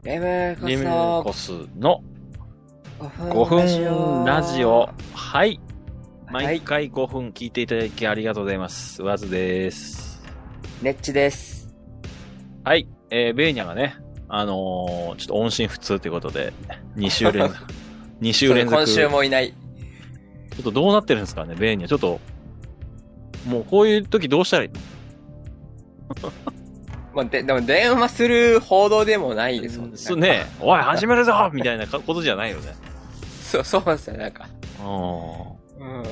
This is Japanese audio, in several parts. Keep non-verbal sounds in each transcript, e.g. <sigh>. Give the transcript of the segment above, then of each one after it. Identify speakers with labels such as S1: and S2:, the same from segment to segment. S1: こ
S2: リム
S1: そ
S2: コスの5
S1: 5
S2: 分ラジオ。は
S1: は
S2: い。
S1: い
S2: 毎回5分聞いていただきありがとうございます。わずです。
S1: ネッチです。
S2: はい。えー、ベーニャがね、あのーちょっと音信不通ということで、2
S1: <laughs>
S2: 週連続。2週連続。
S1: 今週もいない。
S2: ちょっとどうなってるんですかね、ベーニャ。ちょっと、もうこういう時どうしたらいい
S1: まあ、ででも電話する報道でもないですもんね。
S2: そうね。おい、始めるぞみたいなことじゃないよね。
S1: そう、そうなんですよ、なんか。
S2: うん。
S1: うん。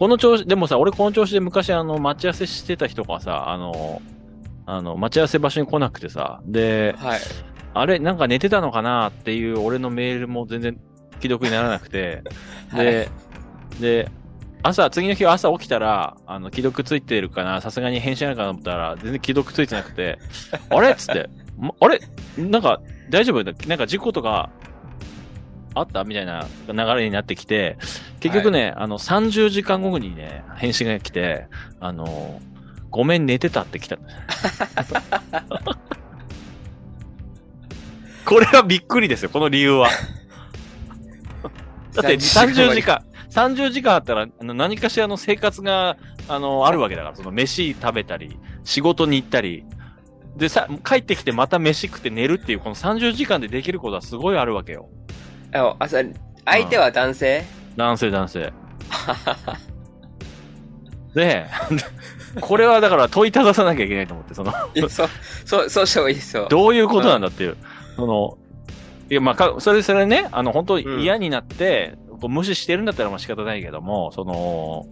S2: この調子、でもさ、俺この調子で昔あの、待ち合わせしてた人がさ、あの、あの、待ち合わせ場所に来なくてさ、で、
S1: はい。
S2: あれ、なんか寝てたのかなっていう俺のメールも全然既読にならなくて、で、で、朝、次の日朝起きたら、あの、既読ついてるかな、さすがに返信あるかなと思ったら、全然既読ついてなくて、あれっつって、まあれなんか、大丈夫だなんか事故とか、あったみたいな流れになってきて、結局ね、あの、30時間後にね、返信が来て、あの、ごめん寝てたって来た。 <laughs> これはびっくりですよ、この理由は。だって30時。間、30時間あったら、あの何かしらの生活が、あの、あるわけだから、その飯食べたり、仕事に行ったり、でさ、帰ってきてまた飯食って寝るっていう、この30時間でできることはすごいあるわけよ。
S1: あ、あそれ相手は男性、
S2: 男性男性。で、 <laughs> これはだから問いたださなきゃいけないと思って、その、
S1: いや、そう、そう、そうした方がいいですよ。
S2: どういうことなんだっていう。その、いや、まあか、それ、それね、あの、本当
S1: うん
S2: 嫌になって、こう無視してるんだったらまあ仕方ないけども、その、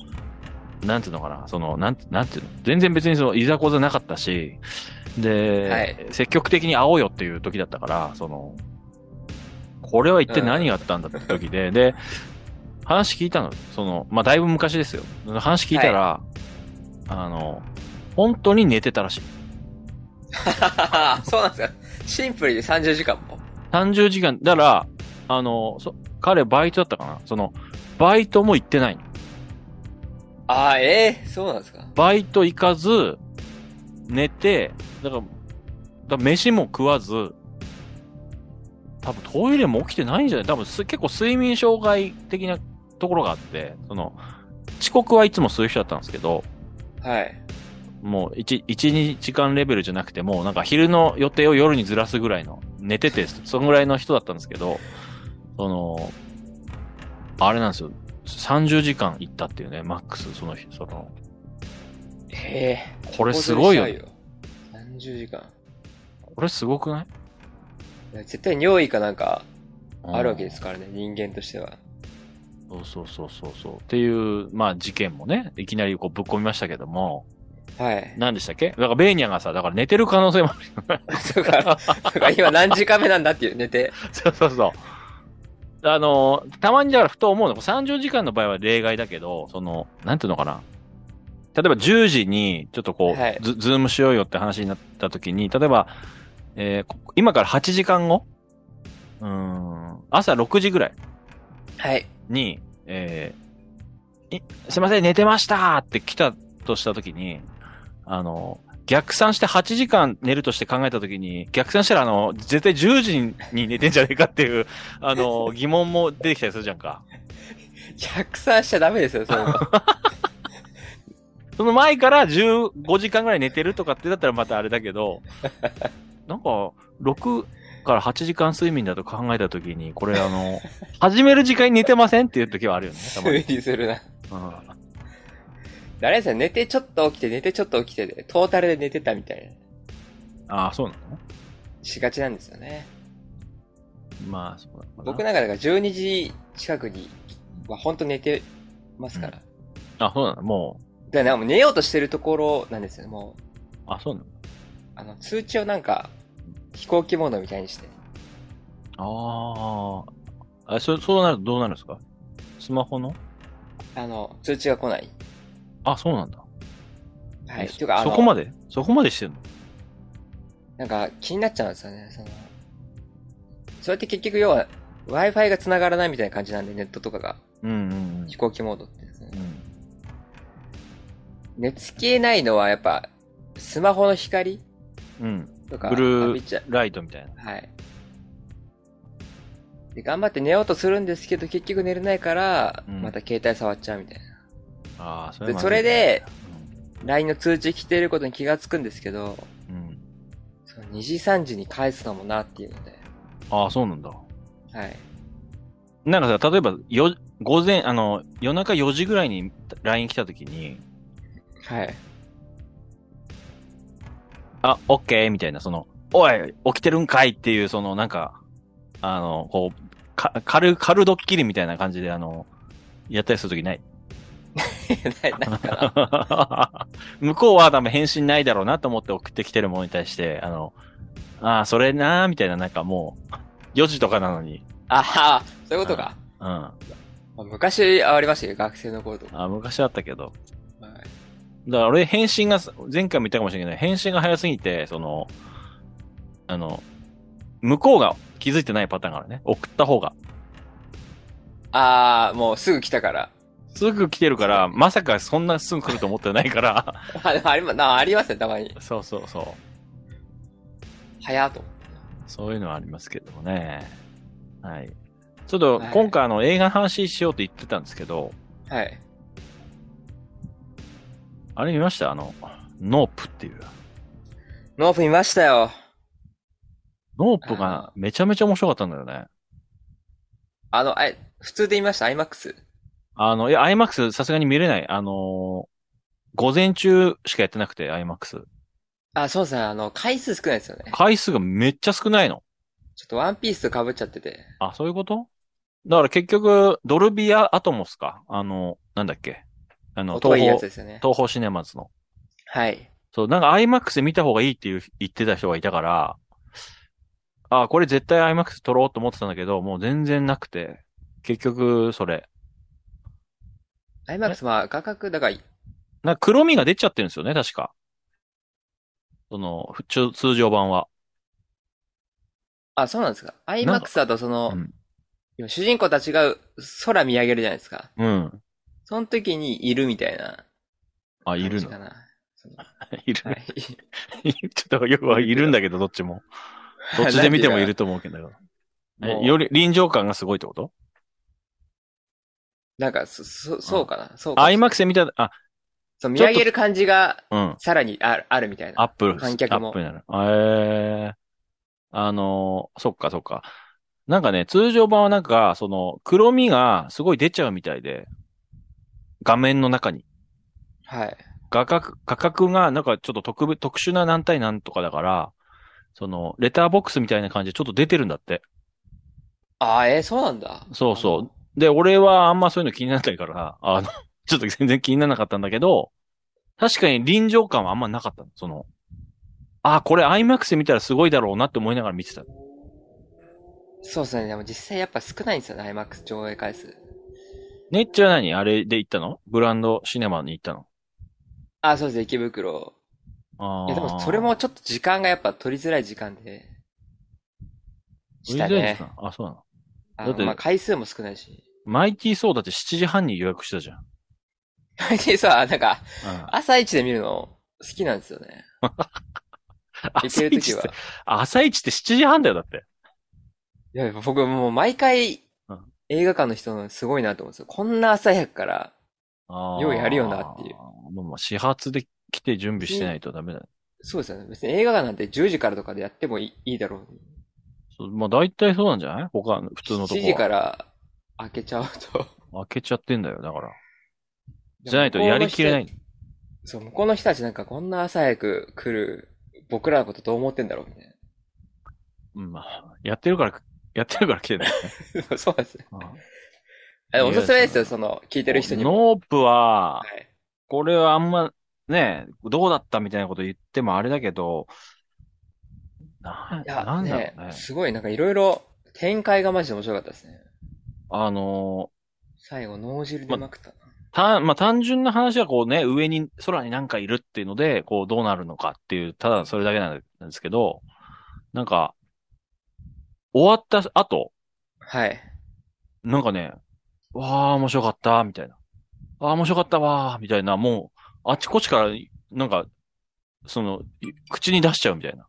S2: なんていうのかな、その、なん、なんていうの全然別にその、いざこざなかったし、で、
S1: はい
S2: 積極的に会おうよっていう時だったから、その、これは一体何があったんだって時で、で、話聞いたの、その、まあ、だいぶ昔ですよ。話聞いたら、あの、本当に寝てたらしい。
S1: <laughs> そうなんですよ。シンプルで30時間も。
S2: 30時間、だから、あの、そ彼バイトだったかなその、バイトも行ってないの。
S1: ああ、ええそうなんですか。
S2: バイト行かず、寝て、だから、だから飯も食わず、多分トイレも起きてないんじゃない多分す結構睡眠障害的なところがあって、その、遅刻はいつもする人だったんですけど、
S1: はい。
S2: もう1、1、2時間レベルじゃなくて、もうなんか昼の予定を夜にずらすぐらいの、寝てて、そのぐらいの人だったんですけど、その、あれなんですよ。30時間行ったっていうね、マックス、その日、その、
S1: ええ
S2: これすごいよ。
S1: 30時間。
S2: これすごくない。
S1: 絶対尿意かなんかあるわけですすからね、人間としては。
S2: そうそうそうそうそう。っていう、まあ事件もね、いきなりこうぶっ込みましたけども、
S1: はい。
S2: 何でしたっけだからベーニャがさ、だから寝てる可能性もある。
S1: だから、だから今何時間目なんだっていう寝て。
S2: そうそうそう。あの、たまにだからふと思うの。30時間の場合は例外だけど、その、なんていうのかな。例えば10時に、ちょっとこう、
S1: はい
S2: ズズームしようよって話になった時に、例えば、えーこ今から8時間後うーん、朝6時ぐらい
S1: はい。
S2: に、えーいすいません、寝てましたって来たとした時に、あの、逆算して8時間寝るとして考えた時に、逆算したらあの、絶対10時に寝てんじゃねえかっていう、 <laughs> あの、疑問も出てきたりするじゃんか。
S1: 逆算しちゃダメですよ、それ <laughs> は。
S2: その前から15時間ぐらい寝てるとかってだったらまたあれだけど、なんか、6から8時間睡眠だと考えた時に、これあの、始める時間に寝てませんっていう時はあるよね、
S1: <laughs>
S2: たまに。
S1: 推理するな。
S2: うん
S1: あれですよ、寝てちょっと起きて、寝てちょっと起きてで、トータルで寝てたみたいな。
S2: ああ、そうなの
S1: しがちなんですよね。
S2: まあ、そうなのかな
S1: 僕なんかだから12時近くには本当寝てますから。
S2: あ、そうなのも
S1: で、なんかもう寝ようとしてるところなんですよ、もう。
S2: う、あ、そうな
S1: あの、通知をなんか、飛行機モードみたいにして。
S2: のああ。あ、そ、そうなるとどうなるんですかスマホの
S1: あの、通知が来ない。
S2: あ、そうなんだ。
S1: はい。
S2: え
S1: ていうか、あ
S2: そ
S1: の、
S2: こまでそこまでしてんの
S1: なんか気になっちゃうんですよね、その。それって結局要は、Wi-Fi が繋がらないみたいな感じなんで、ネットとかが。
S2: うんうん
S1: 飛行機モードってですね、
S2: うん。うん
S1: 寝つけないのはやっぱ、スマホの光
S2: うん。
S1: とか、
S2: ブルー
S1: 浴びちゃ
S2: ライトみたいな。
S1: はい。で、頑張って寝ようとするんですけど、結局寝れないから、
S2: うん
S1: また携帯触っちゃうみたいな。
S2: ああ、そ
S1: で、それ、で、LINE の通知来てることに気がつくんですけど、
S2: うん。うん
S1: その2時3時に返すのもなっていうので、
S2: ああ、そうなんだ。
S1: はい。
S2: なんかさ、例えば、よ、午前、あの、夜中4時ぐらいに LINE 来た時に、
S1: はい。
S2: あ、オッケーみたいな、その、おい、起きてるんかいっていう、その、なんか、あの、こう、か、軽、軽ドッキリみたいな感じで、あの、やったりするときない。
S1: <laughs> ない、ないかな。
S2: <laughs> 向こうは多分返信ないだろうなと思って送ってきてるものに対して、あの、ああ、それなーみたいな、なんかもう、4時とかなのに、
S1: ああ、そういうことか。
S2: うん。あ
S1: まあ昔ありましたよ、学生の頃とか。
S2: 昔あったけど。
S1: はい
S2: だから俺、返信が、前回も言ったかもしれないけど、返信が早すぎて、その、あの、向こうが気づいてないパターンがあるね。送った方が。
S1: ああ、もうすぐ来たから。 <laughs>
S2: すぐ来てるから、まさかそんなすぐ来ると思ってないから。
S1: あでもありまなありますね、たまに。
S2: <laughs> そうそうそう。
S1: 早っと。
S2: そういうのはありますけどもね。はい。ちょっと、今回あの、映画の話しようと言ってたんですけど、
S1: はい。
S2: あれ見ましたあの、ノープっていう。
S1: ノープ見ましたよ。
S2: ノープがめちゃめちゃ面白かったんだよね。
S1: あの、え、普通で見ました ?IMAX?
S2: あの、いや、IMAX さすがに見れない。あのー午前中しかやってなくて、IMAX。
S1: あ、そうですね。あの、回数少ないですよね。
S2: 回数がめっちゃ少ないの。
S1: ちょっとワンピースと被っちゃってて。
S2: あ、そういうことだから結局、ドルビアアトモスか。あの、なんだっけ。あの、
S1: 音がいいやつ
S2: 東
S1: ですよね。
S2: 宝、東宝シネマズの。
S1: はい。
S2: そう、なんか IMAX で見た方がいいっていう言ってた人がいたから、あ、これ絶対 IMAX 撮ろうと思ってたんだけど、もう全然なくて、結局、それ。
S1: IMAX、まあ、画角だから、
S2: なんか黒みが出ちゃってるんですよね、確か。その、普通通常版は。
S1: あ、そうなんですか。
S2: なんか
S1: IMAX だとその、
S2: うん
S1: 今主人公たちが空見上げるじゃないですか。
S2: うん。
S1: その時にいるみたいな
S2: あ、い
S1: 感
S2: る
S1: じ
S2: の
S1: か。な。その
S2: いる。 <laughs>
S1: はい。
S2: ちょっとよくはいるんだけど、どっちも。どっちで見てもい
S1: <laughs>
S2: ると思うけど。え
S1: もう
S2: より臨場感がすごいってこと
S1: なんか、そ、そ、そうかな。そうかもしれない。
S2: ?IMAX で見た、あ、
S1: そう、見上げる感じが、
S2: うん。
S1: さらにある、あるみたい
S2: アッ
S1: な。
S2: プル、
S1: 観客も
S2: アップになる。ええあのー、そっかそっか。なんかね、通常版はなんか、その、黒みがすごい出ちゃうみたいで、画面の中に。
S1: はい。
S2: 画角、画角がなんかちょっと特別、特殊な何対何とかだから、その、レターボックスみたいな感じでちょっと出てるんだって。
S1: ああ、えーそうなんだ。
S2: そうそう。で、俺はあんまそういうの気にならないから、あの、 <laughs> ちょっと全然気にならなかったんだけど、確かに臨場感はあんまなかったの。その、あ、これ IMAX で見たらすごいだろうなって思いながら見てた。
S1: そうですね。でも実際やっぱ少ないんですよね、IMAX 上映回数。
S2: ネッチは何あれで行ったのグランドシネマに行ったの
S1: ああ、そうです、池袋。
S2: ああ。
S1: いや、でもそれもちょっと時間がやっぱ取りづらい時間で。した
S2: 全然
S1: ね
S2: です。かあ、そうなの。
S1: あ
S2: だって
S1: のまあ回数も少ないし。 <laughs>
S2: マイティーソーだって7時半に予約してたじゃん。
S1: そう、あなんか、
S2: うん
S1: 朝一で見るの好きなんですよね。行けるときは
S2: 朝一って。朝一って7時半だよ、だって。
S1: いや、僕もう毎回
S2: うん、
S1: 映画館の人のすごいなと思うんですよ。こんな朝早くから、
S2: あ。
S1: ようやるよなっていう
S2: もうもう始発で来て準備してないとダメだよ。
S1: そうですよね。別に映画館なんて10時からとかでやってもいいいいだろう。
S2: そうまあ大体そうなんじゃない他、普通のとこ
S1: 7時か
S2: は。
S1: ら開けちゃうと。 <laughs>
S2: 開けちゃってんだよ、だから。じゃないとやりきれないい。
S1: や。そう、向こうの人たちなんかこんな朝早く来る僕らのことどう思ってんだろうみたい
S2: うん、まあ、やってるから、やってるから来てない。
S1: な。 <laughs> そうなんですね。
S2: うん
S1: あでもおすすめですよ、その、聞いてる人にも。
S2: ノープは
S1: は、い。
S2: これはあんま、ね、どうだったみたいなこと言ってもあれだけど、な、
S1: いや、
S2: なんだろう
S1: ね
S2: ね。
S1: すごい、なんかいろいろ展開がマジで面白かったですね。
S2: あの
S1: 最後、脳汁出まくったな。
S2: た、まあ、単純な話はこうね、上に、空になんかいるっていうので、こうどうなるのかっていう、ただそれだけなんですけど、なんか、終わった後、
S1: はい。
S2: なんかね、わー面白かった、みたいな。あー面白かったわー、みたいな、もう、あちこちから、なんか、その、い口に出しちゃうみたいな。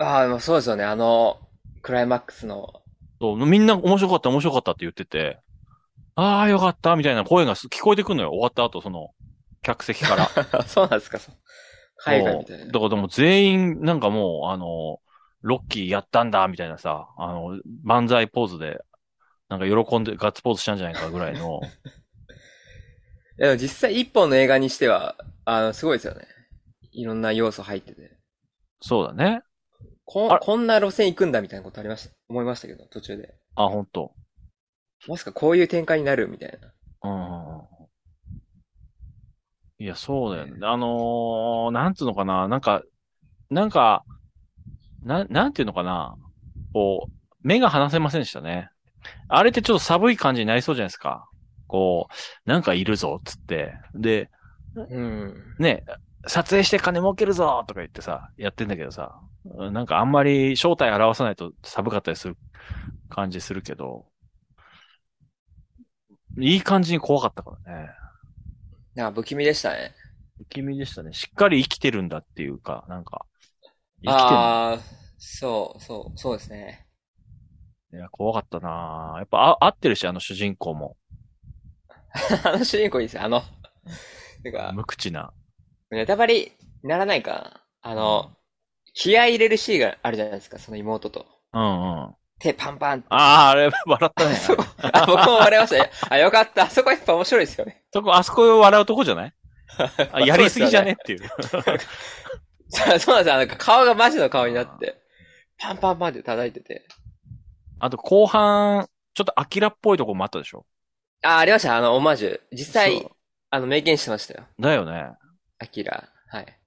S1: ああ、でもそうですよね。あの、クライマックスの <laughs>
S2: そう、みんな面白かった、面白かったって言ってて、ああ、よかった、みたいな声がす聞こえてくるのよ。終わった後、その、客席から。
S1: そうなんですか、そう <laughs> 海外みたい
S2: そう
S1: な。
S2: だからでも全員、なんかもう、あの、ロッキーやったんだ、みたいなさ、あの、万歳ポーズで、なんか喜んでガッツポーズしたんじゃないかぐらい
S1: <laughs>
S2: の、
S1: でも実際一本の映画にしては、あの、すごいですよね。いろんな要素入ってて。
S2: そうだね。
S1: こん
S2: あ
S1: こんな路線行くんだみたいなことありました、思いましたけど、途中で。
S2: あ、ほんと。
S1: まさかこういう展開になるみたいな。
S2: うんうんうんいや、そうだよね。あのー、なんつうのかな、なんか、なんか、なん、なんていうのかな、こう、目が離せませんでしたね。あれってちょっと寒い感じになりそうじゃないですか。こう、なんかいるぞ、つって。で、
S1: うん。
S2: ね、撮影して金儲けるぞとか言ってさ、やってんだけどさ、なんかあんまり正体表さないと寒かったりする感じするけど、いい感じに怖かったからね。
S1: なんか不気味でしたね。
S2: 不気味でしたね。しっかり生きてるんだっていうか、なんか、生きてるんだ。
S1: ああ、そう、そう、そうですね。
S2: いや、怖かったなぁやっぱ、あ合ってるし、あの主人公も。
S1: あの主人公いいですよ、あの。 <laughs> なんか、
S2: 無口な。
S1: ネタバレにならないかな。あの、気合い入れるシーンがあるじゃないですか、その妹と。
S2: うんうん。あ
S1: 手パンパン。
S2: あー、あれ、笑ったね。
S1: そこ、 <laughs> あ、僕も笑いましたね。あ、よかった。あそこやっぱ面白いですよね。
S2: そこ、あそこ笑うとこじゃないあ、やりすぎじゃねっていう。
S1: <laughs> そうそうなんですよ。なんか顔がマジの顔になって、パンパンパンって叩いてて。
S2: <laughs> あと、後半、ちょっとアキラっぽいとこもあったでしょ
S1: あ、ありました。あの、オマージュ。実際
S2: そ、
S1: あの、明言してましたよ。
S2: うだよね。
S1: アキラ。はい。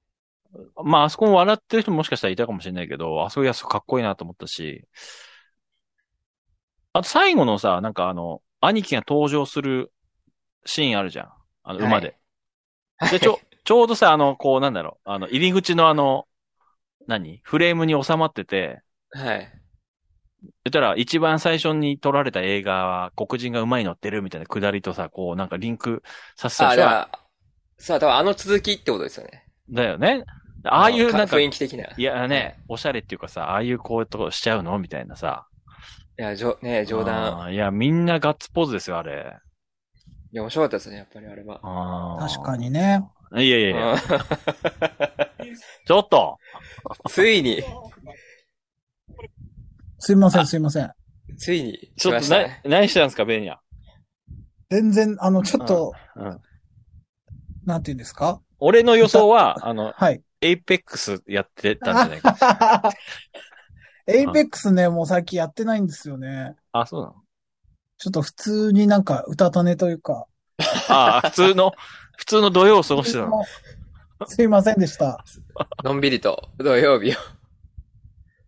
S2: まあ、あそこも笑ってる人ももしかしたらいたかもしれないけど、あそこやすかっこいいなと思ったし、あと最後のさ、なんかあの、兄貴が登場するシーンあるじゃん。あの、
S1: はい
S2: 馬で。で、ちょ、ちょうどさ、あの、こう、なんだろう、あの、入り口のあの、何フレームに収まってて、
S1: <laughs> はい。
S2: 言ったら一番最初に撮られた映画は黒人が馬に乗ってるみたいなくだりとさ、こう、なんかリンクさせた
S1: あ、
S2: で
S1: だ
S2: しょ
S1: から、そう、だからあの続きってことですよね。
S2: だよね。ああいう、
S1: の
S2: なんか、
S1: 雰
S2: い
S1: 囲気的な。い
S2: やね、おしゃれっていうかさ、ああいうこういうとこしちゃうのみたいなさ。
S1: や、じょ、ね冗談。
S2: あー。いや、みんなガッツポーズですよ、あれ。
S1: いや、面白かったですね、やっぱりあれは。
S2: 確
S3: 確か。にね。
S2: いやいやいや、
S1: うん
S2: ちょっと
S1: <laughs> ついに、
S3: すいません、すいません。
S1: ついに、
S2: ち
S1: 来
S2: ょ
S1: ま
S2: っ
S1: し
S2: と
S1: た
S2: な
S1: ね。、
S2: 何してたんですか、ベニヤ。
S3: 全然、あの、ちょっと、
S2: うん。
S3: なんて言うんですか
S2: 俺の予想は、あの、 <laughs>
S3: はい。
S2: エイペックスやってたん
S1: <laughs>
S2: じゃないか。
S3: エイペックスね、もう最近やってないんですよね。
S2: あ、そうなの
S3: ちょっと普通になんか、うたた寝というか。
S2: あー普通の、普通の土曜を過ご
S3: <laughs>
S2: してたの。
S3: すいませんでした。
S1: のんびりと、土曜日を。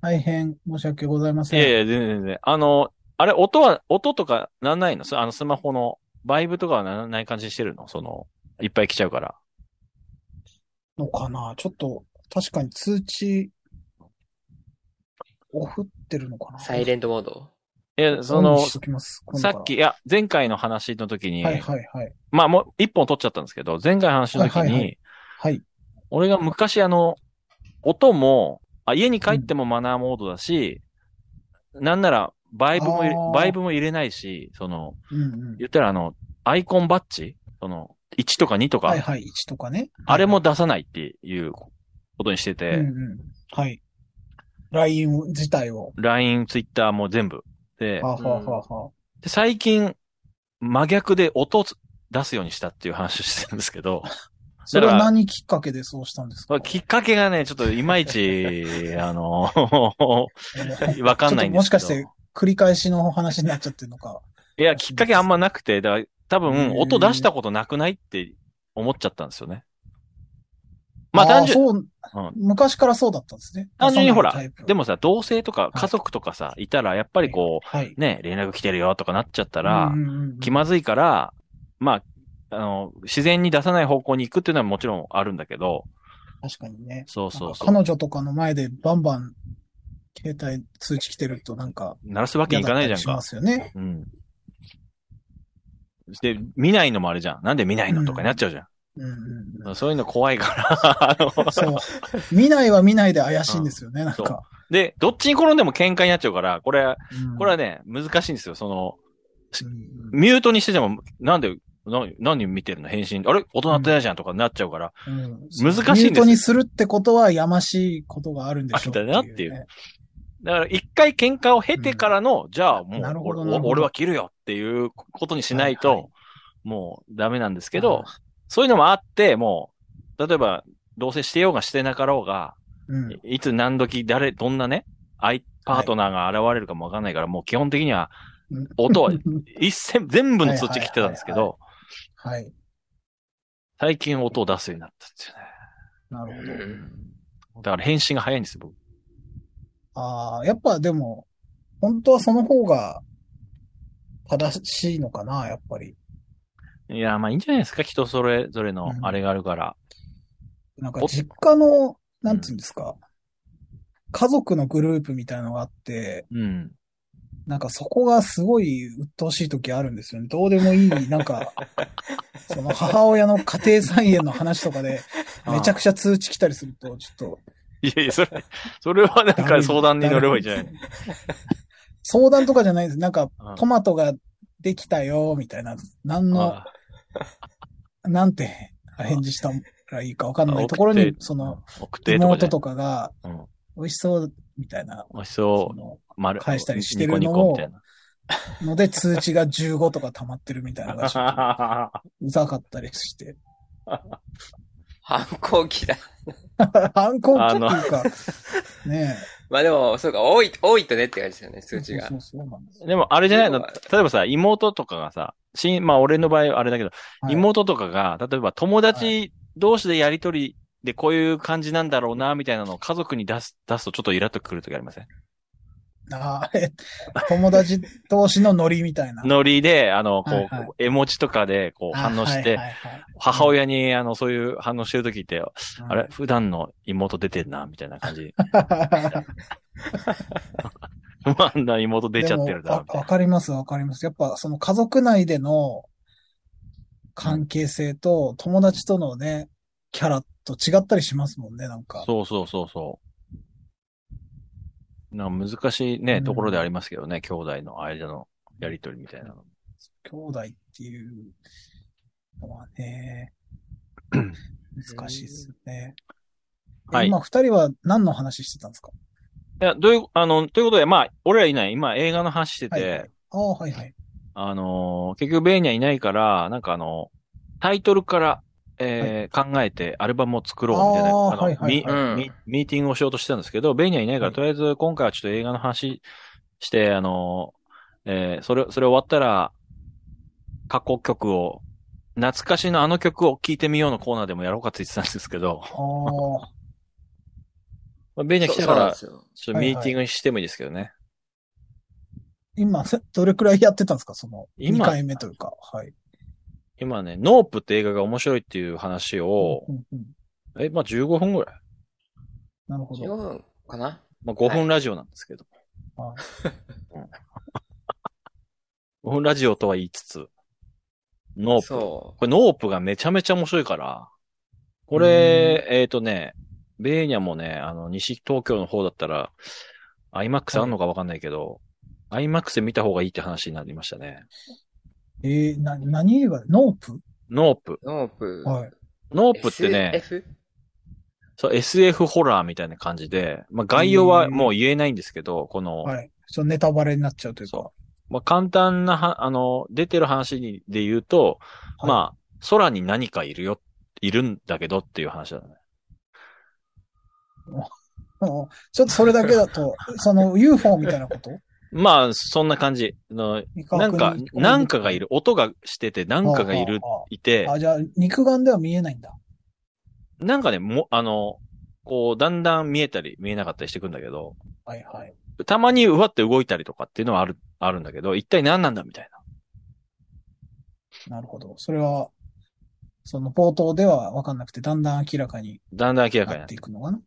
S3: 大変申し訳ございま
S2: い
S3: せん。
S2: やいや、全然全然。あの、あれ、音は、音とかなんないのそあの、スマホの、バイブとかはならない感じにしてるのその、いっぱい来ちゃうから。
S3: のかなちょっと、確かに通知、オフってるのかな
S1: サイレントモード。
S2: いや、その
S3: オンに、しときます今度
S2: さ
S3: から
S2: っき、いや、前回の話の時に、
S3: はいはいはい。
S2: まあもう一本取っちゃったんですけど、前回の話の時に、
S3: はいはいははい。
S2: 俺が昔あの、音も、あ、家に帰ってもマナーモードだし、なんなら、バイブも入れ
S3: あー
S2: バイブも入れないし、その、
S3: うんうん。
S2: 言ったらあの、アイコンバッジその、1とか2とか、
S3: はいはい、1とかね。
S2: あれも出さないっていうことにして
S3: うんう
S2: て、
S3: ん。はい。LINE を自体を。
S2: LINE、Twitter も全部。で
S3: は、あ、はあはあはあ、
S2: で最近、真逆で音を出すようにしたっていう話をしてるんですけ
S3: <laughs>
S2: ど、
S3: それ
S2: だ
S3: は
S2: から
S3: 何きっかけでそうしたんです
S2: こ
S3: か
S2: れきっかけがね、ちょっといまいち、
S3: <laughs>
S2: あの、 <laughs> わかんないんですけど。
S3: ちょっともしかして繰り返しのお話になっちゃってるのか。
S2: いや、きっかけあんまなくて、だから多
S3: う
S2: 分
S3: ん
S2: 音出したことなくないって思っちゃったんですよね。まあ
S3: ー
S2: 単純、
S3: そう、昔からそうだったんですね。
S2: 単純にほら
S3: 出さないタイプ
S2: で、もさ、同性とか家族とかさ、いたらやっぱりこ
S3: はい。
S2: う、ね、連絡来てるよとかなっちゃったら
S3: うん、うんうん
S2: 気まずいから、まあ、あの、自然に出さない方向に行くっていうのはもちろんあるんだけど、
S3: 確かにね。
S2: そうそうそ
S3: なん
S2: う。
S3: か彼女とかの前でバンバン携帯通知来てるとなんか
S2: 鳴らすわけ
S3: 嫌
S2: にい
S3: だ
S2: かな
S3: った
S2: いじゃ
S3: り
S2: ん
S3: し
S2: か
S3: ま。すよね。
S2: うん。で、見ないのもあれじゃん。なんで見ないのとかになっちゃうじゃん。
S3: うんうんうん
S2: そういうの怖い <laughs> から、あの、
S3: そう。 <laughs> 見ないは見ないで怪しいんですよね、なんか。
S2: で、どっちに転んでも喧嘩になっちゃうから、これ、
S3: うん
S2: これはね、難しいんですよ。その、
S3: うんうん
S2: ミュートにしてても、なんで、な何見てるの返信、あれ大人ってないじゃんとかなっちゃうから、
S3: うん
S2: 難しいんですよ
S3: ミュートにするってことはやましいことがあるんでしょう
S2: あだなっていうだから一回喧嘩を経てからの、じゃあもう
S3: なるほど
S2: 俺
S3: なるほど
S2: 俺は切るよっていうことにしないと、
S3: はいは
S2: もうダメなんですけど、そういうのもあって、もう、例えば、同棲してようがしてなかろうが、
S3: うん。
S2: いつ何時誰、どんなね、相パートナーが現れるかもわかんないから、もう基本的には
S3: うん、
S2: 音は一線、全部の通知切ってたんですけ
S3: はいは
S2: ど、
S3: <laughs> はい。
S2: 最近音を出すようになったっていうね。
S3: なるほど。
S2: だから返信が早いんですよ、僕。
S3: ああ、やっぱでも、本当はその方が正しいのかな、やっぱり。
S2: いや、まあいいんじゃないですか、人それぞれの
S3: うん
S2: あれがあるから。
S3: なんか
S2: お
S3: 実家の、なんていうんですか、家族のグループみたいなのがあって、
S2: うん。
S3: なんかそこがすごい鬱陶しい時あるんですよね。どうでもいい、なん
S2: <laughs>
S3: か、その母親の家庭菜園の話とか
S2: <laughs>
S3: で、めちゃくちゃ通知来たりすると、ちょっと、
S2: いやいや、それ、それはなんか相談に乗ればいいじゃない。
S3: 相談とかじゃないです。なんか、
S2: うん
S3: トマトができたよ、みたいな。何の、
S2: あ
S3: なんて返事したらいいかわかんないところ
S2: 送っ
S3: に、
S2: て
S3: その、
S2: 送ってとかじゃ
S3: 妹
S2: ない。
S3: とかが
S2: うん、
S3: 美味しそう、みたいな、
S2: 美味しそ
S3: その
S2: う、丸、
S3: 返したりしてるのを
S2: ニコニコみたいな。
S3: ので通知が15とか溜まってるみたいなのがちょっと <laughs> うざかったりして。
S1: 反抗期だ。 <laughs>
S3: 反抗期っていうか、ね
S1: まあでも、そうか、多い、多いとねって感じですよね、
S3: え。
S1: 数値が
S3: そ。うそうそうなんですよ
S2: でも、あれじゃないの
S1: そう
S2: 例えばさ、妹とかがさ、しまあ、俺の場合はあれだけど、
S3: はい
S2: 妹とかが、例えば友達同士でやりとりでこういう感じなんだろうな、みたいなのを家族に出す、出すとちょっとイラっとくるときありません
S3: あーえ <laughs> 友達同士のノリみたいな。
S2: ノリで、あの、こ、
S3: はいはいう
S2: 絵文字とかで、こう、
S3: あー
S2: 反応し
S3: は
S2: て、
S3: いはいはい
S2: 母親に、あの、そういう反応してるときって、あれ普段の妹出てんな、みたいな感じ。 <laughs> 不安な妹出ちゃってる
S3: で
S2: だろ
S3: もわわかります、わかります。やっぱその家族内での関係性と友達とのね、キャラと違ったりしますもんね、なんか。
S2: そうそうそうそう。なんか難しいね、
S3: うん
S2: ところでありますけどね、兄弟の間のやりとりみたいなの。
S3: 兄弟っていうのはね、難しいですよね。え
S2: はい
S3: 今二人は何の話してたんですか
S2: いや、どういう、あの、ということで、まあ、俺らいない、今映画の話してて、
S3: はいああ、はいはい。
S2: あのー結局ベーニャいないから、なんかあの、タイトルから、えー考えてアルバムを作ろうみたいな、
S3: あー
S2: あの
S3: はいはい
S2: ミ
S1: はい
S2: ミミーティングをしようとしてたんですけど、ベーニャいないから、
S3: はい
S2: とりあえず今回はちょっと映画の話して、あのーえーそれ、それ終わったら、過去曲を、懐かしのあの曲を聴いてみようのコーナーでもやろうかって言ってたんですけ
S3: <laughs>
S2: ど、
S3: ああ、
S2: まあベーニャ来たから、
S1: そうそうなんですよ
S2: ちょっとミーティングにしてもいいですけどね。
S3: 今、 <laughs> せどれくらいやってたんですかその、
S2: 今
S3: 2回目というか。はい。
S2: 今ね、ノープって映画が面白いっていう話を
S3: う、んうん
S2: え、まあ15分ぐらい
S3: なるほど。
S1: 15分かな
S2: まあ、5分ラジオなんですけど。
S3: は
S2: 5分ラジオとは言いつつ、ノープ。
S1: そ
S2: これノープがめちゃめちゃ面白いから、これ、えっ、とね、ベーニャもね、あの、西東京の方だったら、IMAX あんのかわかんないけど、IMAX で見た方がいいって話になりましたね。
S3: えー、な、何映画ノープ
S2: ノープ。
S1: う。ノープ。
S3: はい。
S2: ノープってね、
S1: SF?
S2: そう、SF ホラーみたいな感じで、まあ、概要はもう言えないんですけど、この、
S3: はい。ちょっとネタバレになっちゃうというか
S2: そ。まあ、簡単なは、あの、出てる話にで言うと、
S3: はい
S2: まあ、空に何かいるよ、いるんだけどっていう話だね。
S3: うんちょっとそれだけだと、 <laughs> その UFO みたいなこと
S2: まあ、そんな感じの、なんか、なんかがいる、
S3: る。
S2: 音がしてて、なんかがいる
S3: あ、あ
S2: いて
S3: ああ、あじゃあ、肉眼では見えないんだ。
S2: なんかね、も、あの、こう、だんだん見えたり、見えなかったりしてくんだけど、
S3: はいはい。
S2: たまにうわって動いたりとかっていうのはある、あるんだけど、一体何なんだみたいな。
S3: なるほど。それは、その冒頭では分かんなくて、だんだん明らかに
S2: だんだん明らかに
S3: な
S2: な
S3: っ
S2: って
S3: ていくのかな。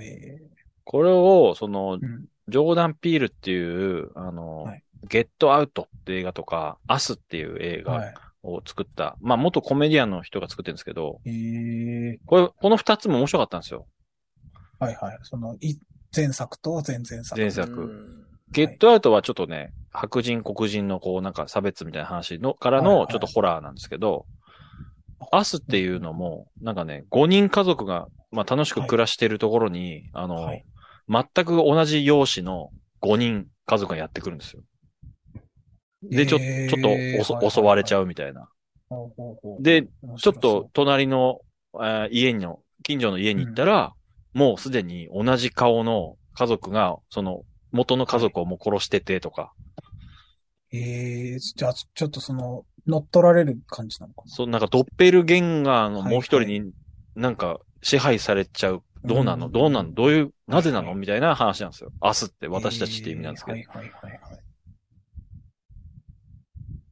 S3: ええ
S2: これを、その、
S3: うん。
S2: ジョーダン・ピールっていう、あの、
S3: はい
S2: ゲットアウトって映画とか、アスっていう映画
S3: はい。
S2: を作った、まあ元コメディアンの人が作ってるんですけど、
S3: ええ
S2: これ、この二つも面白かったんですよ。
S3: はいはい。その、い、前作と前々作。
S2: 前
S1: う
S2: 作。
S1: ん
S2: ゲットアウトはちょっとね、白人黒人のこうなんか差別みたいな話のから
S3: はいは
S2: の
S3: い
S2: ちょっとホラーなんですけど、アスっていうのも、なんかね、5人家族が、まあ、楽しく暮らしてるところに、あの、
S3: はい
S2: 全く同じ容姿の5人家族がやってくるんですよ。で、ちょ、
S3: えー
S2: ちょっとおそ襲われちゃうみたいな。
S3: ほうほうほう
S2: で、
S3: 面
S2: ちょ
S3: 白
S2: っ
S3: そう
S2: と、隣の、えー家の、近所の家に行ったら、もうすでに同じ顔の家族が、その、元の家族をもう殺しててとか、
S3: ええじゃあ、ちょっとその、乗っ取られる感じなのかな
S2: そのなんかドッペルゲンガーのもう一人になんか支配されちゃう。どうなの
S3: うん
S2: どうなのどういう、なぜな
S3: は
S2: の
S3: い
S2: みたいな話なんですよ。明日って私たちって意味なんですけど。
S3: えーはいはいはいはい。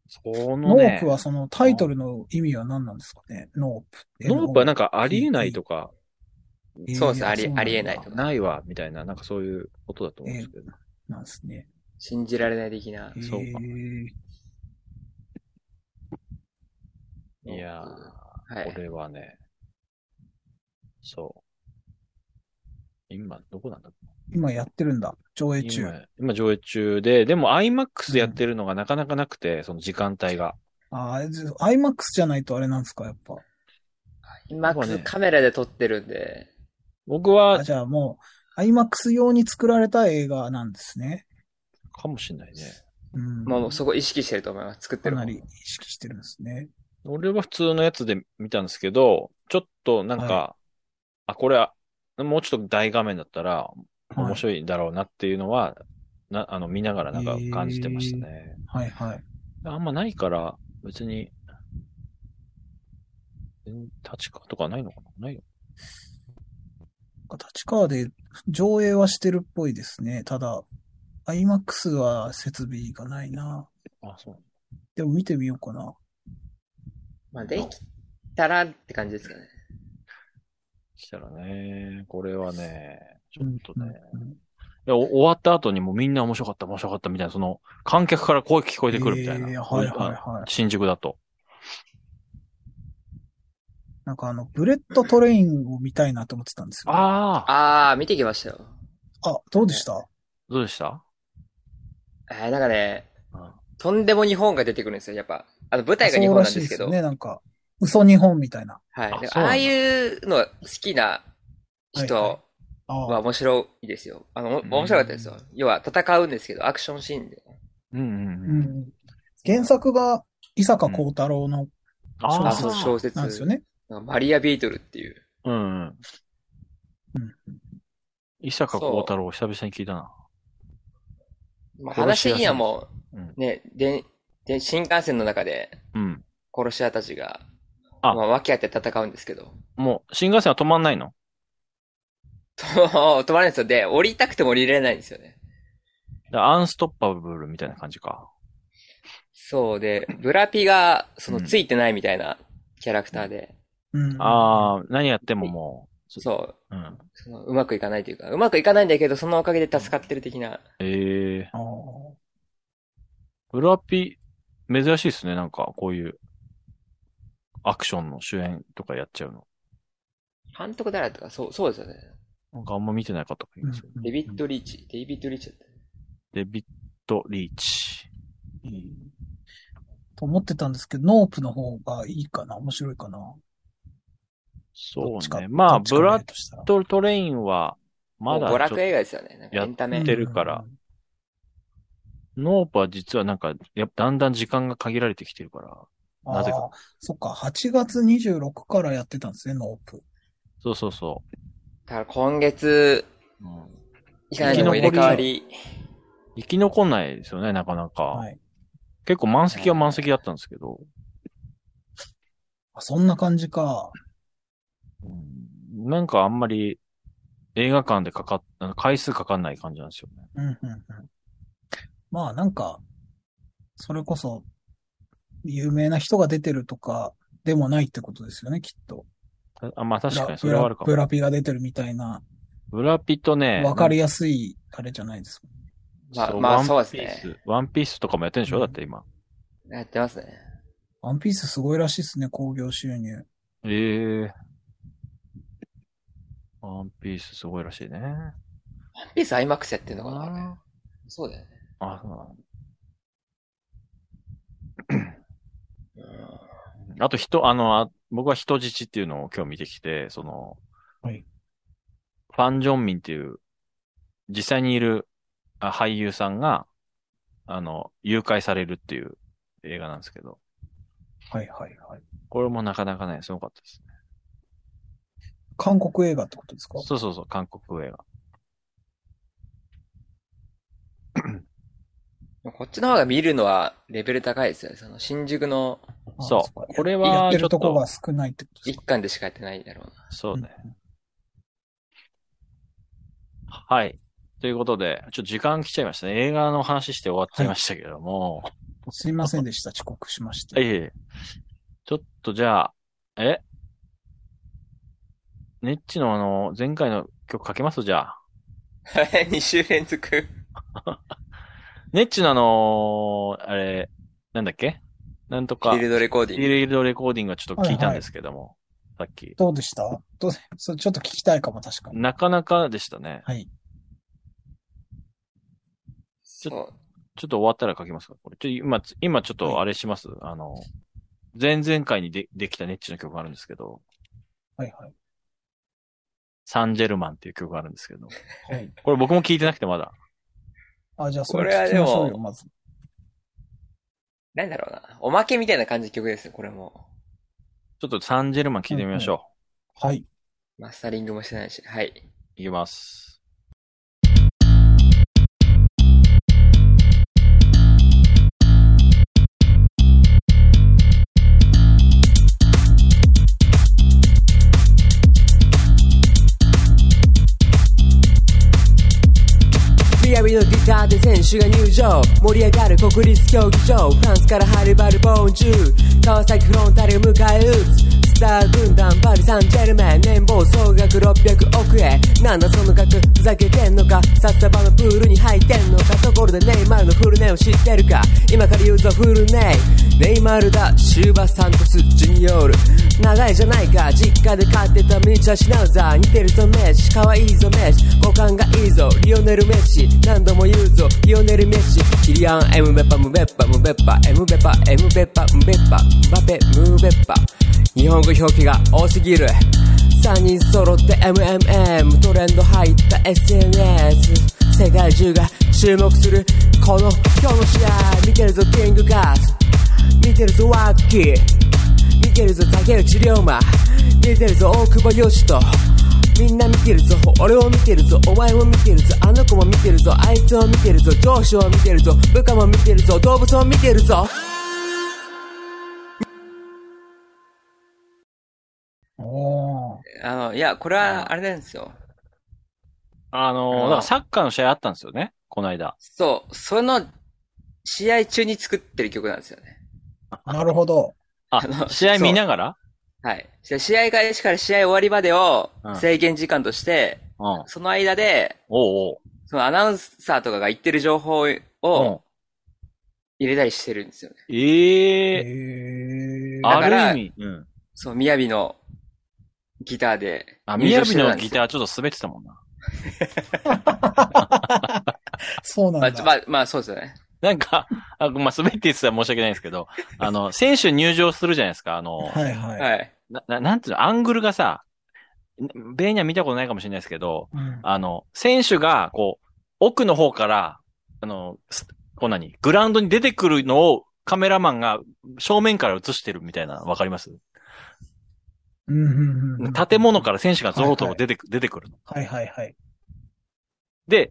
S2: その
S3: ノー
S2: ね
S3: プ、はそのタイトルの意味は何なんですかねノープ。
S2: ノープはなんかありえないとか、
S3: えー
S1: そうですあり
S3: うなんだ
S1: ありえないとか
S2: ないわ、みたいな、なんかそういうことだと思うんですけど。
S3: なんですね。
S1: 信じられない的な。
S2: そうか
S3: えー
S1: えー
S2: いや
S1: は
S2: ー、こ
S1: い。
S2: れはね、そう。今、どこなんだ
S3: 今やってるんだ。上映中。
S2: 今、今上映中で、でも IMAX でやってるのがなかなかなくて、その時間帯が。
S3: ああ、ず IMAX じゃないとあれなんですか、やっぱ。
S1: 今、
S2: ここね
S1: カメラで撮ってるんで、
S2: 僕は
S3: あ、じゃあもう、IMAX 用に作られた映画なんですね。
S2: かもしんないね。
S3: うん。
S1: まあもうそこ意識してると思います。作って
S3: か
S1: る方
S3: なり意識してるんですね。
S2: 俺は普通のやつで見たんですけど、ちょっとなんか、
S3: は
S2: あ、これは、もうちょっと大画面だったら
S3: はい
S2: 面白いだろうなっていうのは、な、あの、見ながらなんか感じてましたね。
S3: はいはい。
S2: あんまないから、別に、全立川とかないのかなないよ。
S3: 立川で上映はしてるっぽいですね。ただ、IMAX は設備がないな。
S2: あ、そう。
S3: でも見てみようかな。
S1: まあできたらって感じですかね。
S2: したらね、これはね、ちょっとね、
S3: うんうん
S2: いやお終わった後にもうみんな面白かった、面白かったみたいな、その、観客から声聞こえてくるみたいな。
S3: えーはいはいはい。
S2: 新宿だと。
S3: なんかあの、ブレットトレインを見たいなと思ってたんですよ。あ、
S2: ああ、
S1: あー、見てきましたよ。
S3: どうでした
S2: どうでした
S1: えー、なんかね
S2: うん、
S1: とんでも日本が出てくるんですよ、やっぱ。あの、舞台が
S3: そう
S1: 日本
S3: ら
S1: なん
S3: し
S1: で
S3: い
S1: す
S3: で
S1: け
S3: す
S1: ど。
S3: よね。なんか、嘘日本みたいな。
S1: はい。
S2: あ
S1: なんか
S2: そうなんだ
S1: ああいうの好きな人
S3: あ
S1: は
S3: あ、
S1: 面白いですよ。あの、お面白かったですよ。要は戦うんですけど、アクションシーンで。
S2: うんうん
S3: う
S2: うん。
S3: ん。原作が伊坂幸太郎の
S1: あ、
S3: あ
S1: そ、
S3: そ
S1: 小
S3: う
S1: 説。
S3: なんですよね。
S1: なんかマリア・ビートルっていう。
S2: うんうん。伊坂幸太郎、久々に聞いたな。
S1: まあ、
S2: 殺
S1: 話
S2: し屋さん
S1: 的にはも
S2: うん
S1: う、ね、で、で、新幹線の中で
S2: うん。
S1: 殺し屋たちが、
S2: あ
S1: まあ、分け合って戦うんですけど。 <laughs>
S2: もう、新幹線は止まんないの
S1: と止まらないんですよ。で、降りたくても降りれないんですよね。
S2: だからアンストッパブルみたいな感じか。
S1: そうで、ブラピが、その、ついてないみたいなキャラクターで、
S3: うん。
S2: ああ、何やってもも
S1: そう、
S2: う、うん。
S1: そのうまくいかないというか、うまくいかないんだけど、そのおかげで助かってる的な。
S2: ええ
S3: ああ。
S2: ブラピ、珍しいですね、なんか、こういう、アクションの主演とかやっちゃうの。
S1: 監督誰だったか、そう、そうですよね。
S2: なんかあんま見てない方がいますよね。
S1: デビッド・リーチ。デビッド・リーチだった。
S2: デビッド・リーチ。
S3: うんと思ってたんですけど、ノープの方がいいかな、面白いかな。ど
S2: そ
S3: っちか
S2: うね。まあ、
S3: どっちか
S2: ブラ
S3: 見る
S2: ッ
S3: としたら
S2: ドトレインは、まだ
S1: もう娯
S2: ちょっ
S1: 楽
S2: と
S1: 映画ですよね。なんかエンタメ
S2: やっ。てるからノープは実はなんか、やっぱだんだん時間が限られてきてるから。
S3: うん
S2: なぜか
S3: ああそっか、8月26からやってたんですね、ノープ。
S2: そうそうそ
S1: だから今月、
S2: う。うん
S1: いかないでも入れ替わり。
S2: 生き残んないですよね、なかなか。
S3: はい。
S2: 結構満席は満席だったんですけど。
S3: あそんな感じか。
S2: うんなんかあんまり映画館でかかっ、あの回数かかんない感じなんですよね。
S3: うん、うん、うん。まあ、なんか、それこそ、有名な人が出てるとかでもないってことですよね、きっと。
S2: たあまあ確
S3: ブ
S2: か
S3: ラ
S2: に、それはあるかも
S3: ブ。ラピが出てるみたいな、
S2: ブラピとね、
S3: わかりやすい、あれじゃないですか。
S1: まあ
S2: そう
S1: まあ
S2: ワン
S1: そうです
S2: ピース
S1: ね
S2: ワンピースとかもやってるんでしょ
S3: うん
S2: だって今。
S1: やってますね。
S3: あワンピースすごいらしいですね、興行収入。
S2: ええワンピースすごいらしいね。
S1: ワンピース IMAX やってんのかなあれ
S2: あ
S1: そうだよね。
S2: あ、そうなんだ
S1: うん
S2: あと人、あの、あ僕は人質っていうのを今日見てきて、その、
S3: はい
S2: ファン・ジョンミンっていう、実際にいるあ俳優さんが、あの、誘拐されるっていう映画なんですけど、
S3: はいはいはい。
S2: これもなかなかね、すごかったですね。
S3: 韓国映画ってことですか
S2: そうそうそう、韓国映画。
S1: こっちの方が見るのはレベル高いですよね。その新宿の
S3: あ
S2: そう
S3: っか
S2: これ
S3: や
S2: は
S3: って
S2: ちょ
S3: る
S2: っと
S3: とこが少ないってことです
S1: 一
S3: か
S1: 巻でしかやってないだろうな。
S2: そうね。はい。ということで、ちょっと時間来ちゃいましたね。映画の話して終わっちゃいましたけども。
S3: すいませんでした、遅刻しまし
S2: は
S3: て。
S2: いえいえ。ちょっとじゃあ、えネッチのあの、前回の曲かけますじゃあ。
S1: <laughs> 2週連続。
S2: ネッチのあのあれ、なんだっけなんと
S1: フ
S2: か、
S1: ィ
S2: フ
S1: ールドレコーディ
S2: ィ
S1: ング。
S2: ールドレコーディングはちょっと聞いたんですけども、さっき。
S3: どうでしたどうそうちょっと聞きたいかも、確かに。
S2: なかなかでしたね。
S3: はい。
S2: ち
S1: そう。
S2: ちょっと終わったら書きますかこれ。ちょ、今、今ちょっとあれします、あの、前々回にでできたネッチの曲があるんですけど、
S3: はいはい。
S2: サンジェルマンっていう曲があるんですけど、
S3: はい。
S2: これ僕も聞いてなくてまだ。
S3: あ、じゃあそ
S1: これ
S3: れ
S1: は
S3: 聞き
S1: でも
S3: ましょうよ、まず。
S1: なんだろうな。おまけみたいな感じの曲ですよ、これも。
S2: ちょっとサンジェルマン聞いてみましょう。
S3: はい。
S1: マスタリングもしてないし。はい。
S2: いきます。
S4: リアビのギターで選手が入場盛り上がる国立競技場フランスからはるばるボンジュー川崎フロンターレが迎え撃つスター軍団パリ・サンジェルメン年俸総額600億円なんだその額ふざけてんのかさっさばのプールに入ってんのかところでネイマールのフルネを知ってるか今から言うぞフルネイネイマールだシューバサントスジュニオール長いじゃないか実家で飼ってたミニチュアシュナウザー似てるぞメッシ可愛いぞメッシ股間がいいぞリオネル・メッシ何度も言うぞリオネル・メッシキリアン・エムベッパムベッパムベッパエムベッパエムベッパムベッパムバペムーベッパ日本語表記が多すぎる3人揃って MMM トレンド入った SNS 世界中が注目するこの今日の試合見てるぞキングガーズ見てるぞワッキー見てるぞ竹内涼真見てるぞ大久保嘉人みんな見てるぞ俺を見てるぞお前も見てるぞあの子も見てるぞあいつを見てるぞ上司を見てるぞ部下も見てるぞ動物を見てるぞ
S3: おー。
S1: あの、いや、これは、あれなんですよ。
S2: あのー、だからサッカーの試合あったんですよね。この間。
S1: そう。その、試合中に作ってる曲なんですよね。
S3: なるほど。
S2: あ
S1: あ、の
S2: 試合見ながら
S1: はい。で試合開始から試合終わりまでを
S2: うん
S1: 制限時間として、
S2: うん。おう
S1: その間で、
S2: おう。
S1: そのアナウンサーとかが言ってる情報
S2: う
S1: を
S2: ん。
S1: 入れたりしてるんですよね。
S2: え
S3: へ
S2: え
S3: え。
S1: だ
S2: あ
S1: から
S2: る意味。うん。
S1: そう、みやびのギターで。
S2: あ、みやびのギ
S1: ー。
S2: ターちょっと滑ってたもんな。
S3: そうなん
S1: ま
S3: だ。
S1: あ、まあ、まあ、そうですよね。
S2: なんか、あまあ、滑って言ってたら申し訳ないんですけど、あの、選手入場するじゃないですか。あの、
S3: はいはい。
S1: はい。
S2: なななんていうの、アングルがさ、ベーニャ見たことないかもしれないですけど、
S3: うん
S2: あの、選手が、こう、奥の方から、あの、すこう何、グラウンドに出てくるのをカメラマンが正面から映してるみたいな、わかります
S3: うんうんうん。
S2: 建物から選手がゾロゾロ出てく、出てくるの。
S3: はいはいはい。
S2: で、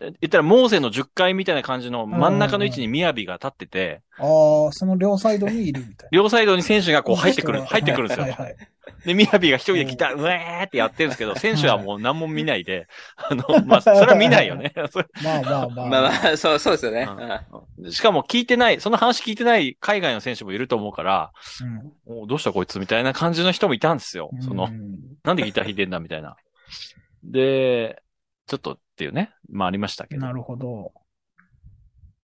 S2: え言ったら、モーセの10階みたいな感じの真ん中の位置に雅が立ってて、
S3: ああ、その両サイドにいるみたいな。
S2: 両サイドに選手がこう入ってくる、
S3: はい
S2: 入ってくるんですよ
S3: はい。はい
S2: で、みやびが一人でギター、うえーってやってるんですけど、選手はもう何も見ないで、あの、まあ、それは見ないよね。 <laughs> それ
S3: まあまあま
S1: ま
S3: あ。
S1: あまあ、そう、そうですよね。
S2: うん
S1: うん
S2: しかも聞いてない、その話聞いてない海外の選手もいると思うから、
S3: うん
S2: おどうしたこいつみたいな感じの人もいたんですよ。その
S3: う、ん
S2: なんでギター弾いてんだみたいな。で、ちょっとっていうね、まあありましたけど。
S3: なるほど。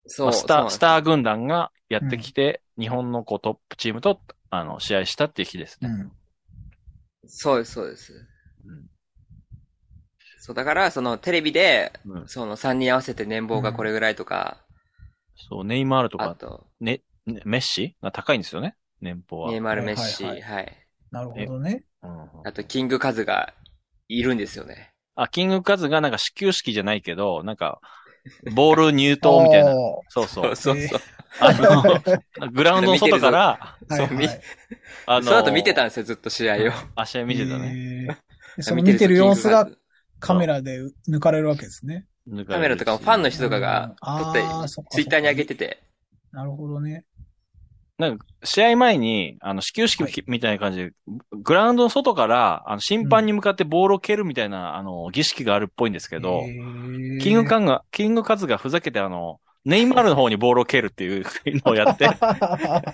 S1: そ
S2: まあ
S1: う。
S2: スター、スター軍団がやってきて、日本のこうトップチームと、あの、試合したっていう日です
S3: う
S2: ね。
S3: ん。
S1: そうです、そうです。
S2: うん
S1: そう、だから、その、テレビで、
S2: うん
S1: その、3人合わせて年俸がこれぐらいとか、
S2: そう、ネイマールと
S1: あ
S2: か、
S1: と、
S2: ね、ねメッシが高いんですよね、年俸は。
S1: ネイマール・メッシ、
S3: は
S1: はいい
S3: なるほどね。
S2: うんうん
S1: あと、キング・カズがいるんですよね。
S2: あ、キングカズがなんか始球式じゃないけど、なんか、ボール入刀みたい <laughs> な。
S3: お
S2: そうそう。
S1: そう
S3: え
S1: そう。
S2: あの、グラウンドの外から、
S3: ー。はいはい
S2: あの、
S1: その後見てたんですよ、ずっと試合を。
S2: あ、試合見てたね。
S3: ね。でその見てる様子が
S1: キングカズ
S3: カメラで抜かれるわけですね。
S1: カメラとかもファンの
S2: 人。
S1: 人とかが撮っ
S3: うんあーそっかそっか
S1: て、ツイッターに上げてて、
S3: なるほどね。
S2: 試合前に、あの、始球式
S3: はい
S2: みたいな感じで、グラウンドの外から、あの、審判に向かってボールを蹴るみたいな、あの、儀式があるっぽいんですけど
S3: へ、ー
S2: キングカンが、キングカズがふざけて、あの、ネイマールの方にボールを蹴るっていうのをや <laughs> って、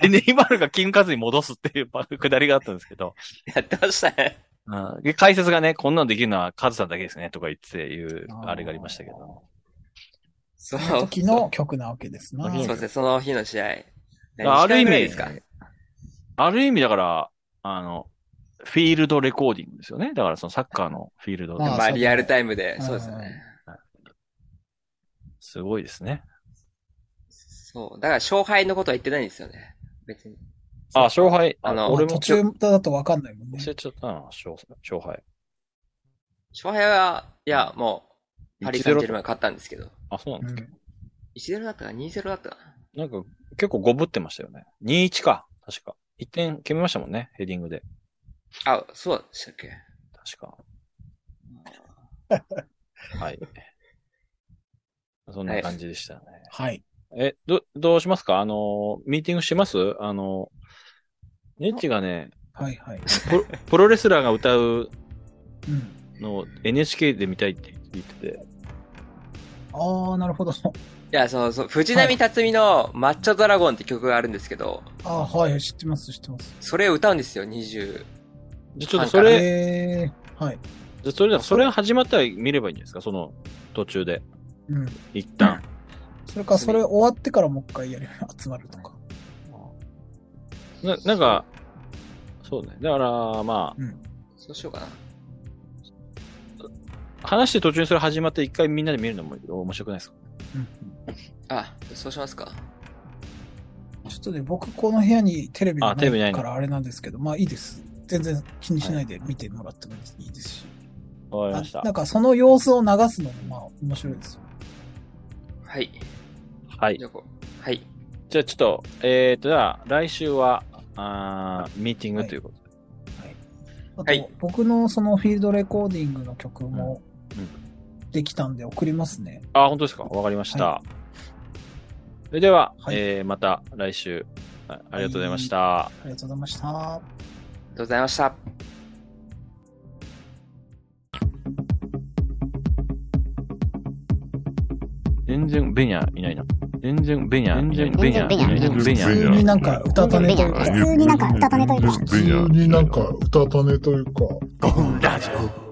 S2: で、ネイマールがキングカズに戻すっていうパくだりがあったんですけど、
S1: やってましたね。
S2: うんで、解説がね、こんなのできるのはカズさんだけですね、とか言っていう、
S3: あー
S2: あれがありましたけど。
S1: そ
S3: その <laughs> 時の曲なわけですな。
S1: そうですね、その日の試合。
S2: ある意味
S1: 二時間ぐらいですか。
S2: ある意味だから、あの、フィールドレコーディングですよね。だからそのサッカーのフィールドで
S3: まあ
S1: まあ、
S3: そう
S1: リアルタイムで、
S3: うん
S1: そうですよね。
S2: すごいですね。
S1: そう。だから、勝敗のことは言ってないんですよね。別に。
S2: あ、勝敗。
S1: あの
S2: 俺
S3: まあ
S2: も
S3: 途中だとわかんないもんね。
S2: 忘れちゃったな、勝勝敗。
S1: 勝敗は、いや、もう、パリ・サンジェルマン
S2: 1-0
S1: が勝ったんですけど。
S2: あ、そうなん
S3: う
S2: だ。
S3: ん
S1: 1-0だったかな ?2-0 だったかな
S2: なんか、結構ゴブってましたよね。2-1か。確か。1点決めましたもんね、ヘディングで。
S1: あ、そうでしたっけ
S2: 確
S3: <laughs>
S2: か。はい。そんな感じでしたね。
S3: はい。
S2: え、ど、どうしますかあの、ミーティングしますあの、ネッチがね、
S3: はいはい。
S2: <laughs> プロプロレスラーが歌う
S3: うん。
S2: のを NHK で見たいって言ってて。
S3: ああ、なるほど。
S1: いや、そうそう、藤波辰巳のマッチョドラゴンって曲があるんですけど、
S3: ああ、はいはい、知ってます、知ってます。
S1: それを歌うんですよ、20。
S2: じゃ、ちょっと
S1: なんか
S2: それ、
S3: えー、はい。
S2: じゃあそれだ、それが始まったら見ればいいんじゃないですかその途中で。
S3: うん。
S2: 一旦。
S3: それか、それ終わってからもう一回やる、集まるとか。
S2: な、なんか、そうね。だから、ま
S3: うん。
S1: そうしようかな。
S2: あ、話して途中にそれ始まって一回みんなで見るのも面白くないですか
S3: うん。
S1: あ、そうしますか。
S3: ちょっとね、僕、この部屋にテレビが
S2: あテレビ
S3: な
S2: ない
S3: い
S2: の
S3: からあれなんですけど、まあいいです。全然気にしないで見てもらってもいいですし。
S2: わかりまし
S3: あ
S2: た
S3: な。んか、その様子を流すのも、まあ、面白いですよ。
S1: はい。
S2: はい
S1: じ。ゃあこう。はい。
S2: じゃあちょっと、えっ、ー、と、じゃあ来週は、あーミーティングということで。
S3: あと、
S1: はい
S3: 僕のそのフィールドレコーディングの曲も
S2: うんう
S3: できたんで送りますね。
S2: あ、本当ですかわかりました。それでは、
S3: はい
S2: えーまた来週、あありがとうございました。
S3: ありがとうございました。
S1: ありがとうございました。
S2: 全然ベニャいないな。全然ベニャいないな。
S5: 全然ベニャ
S2: 全然ベニャい
S5: 全
S2: な
S5: 然ベニャ
S2: い
S3: 普
S2: な
S3: 通になんか歌たねと
S5: 普
S3: か。
S5: 通になんか歌たねというか
S6: 普通になんか歌種というか。
S5: ゴンラジオ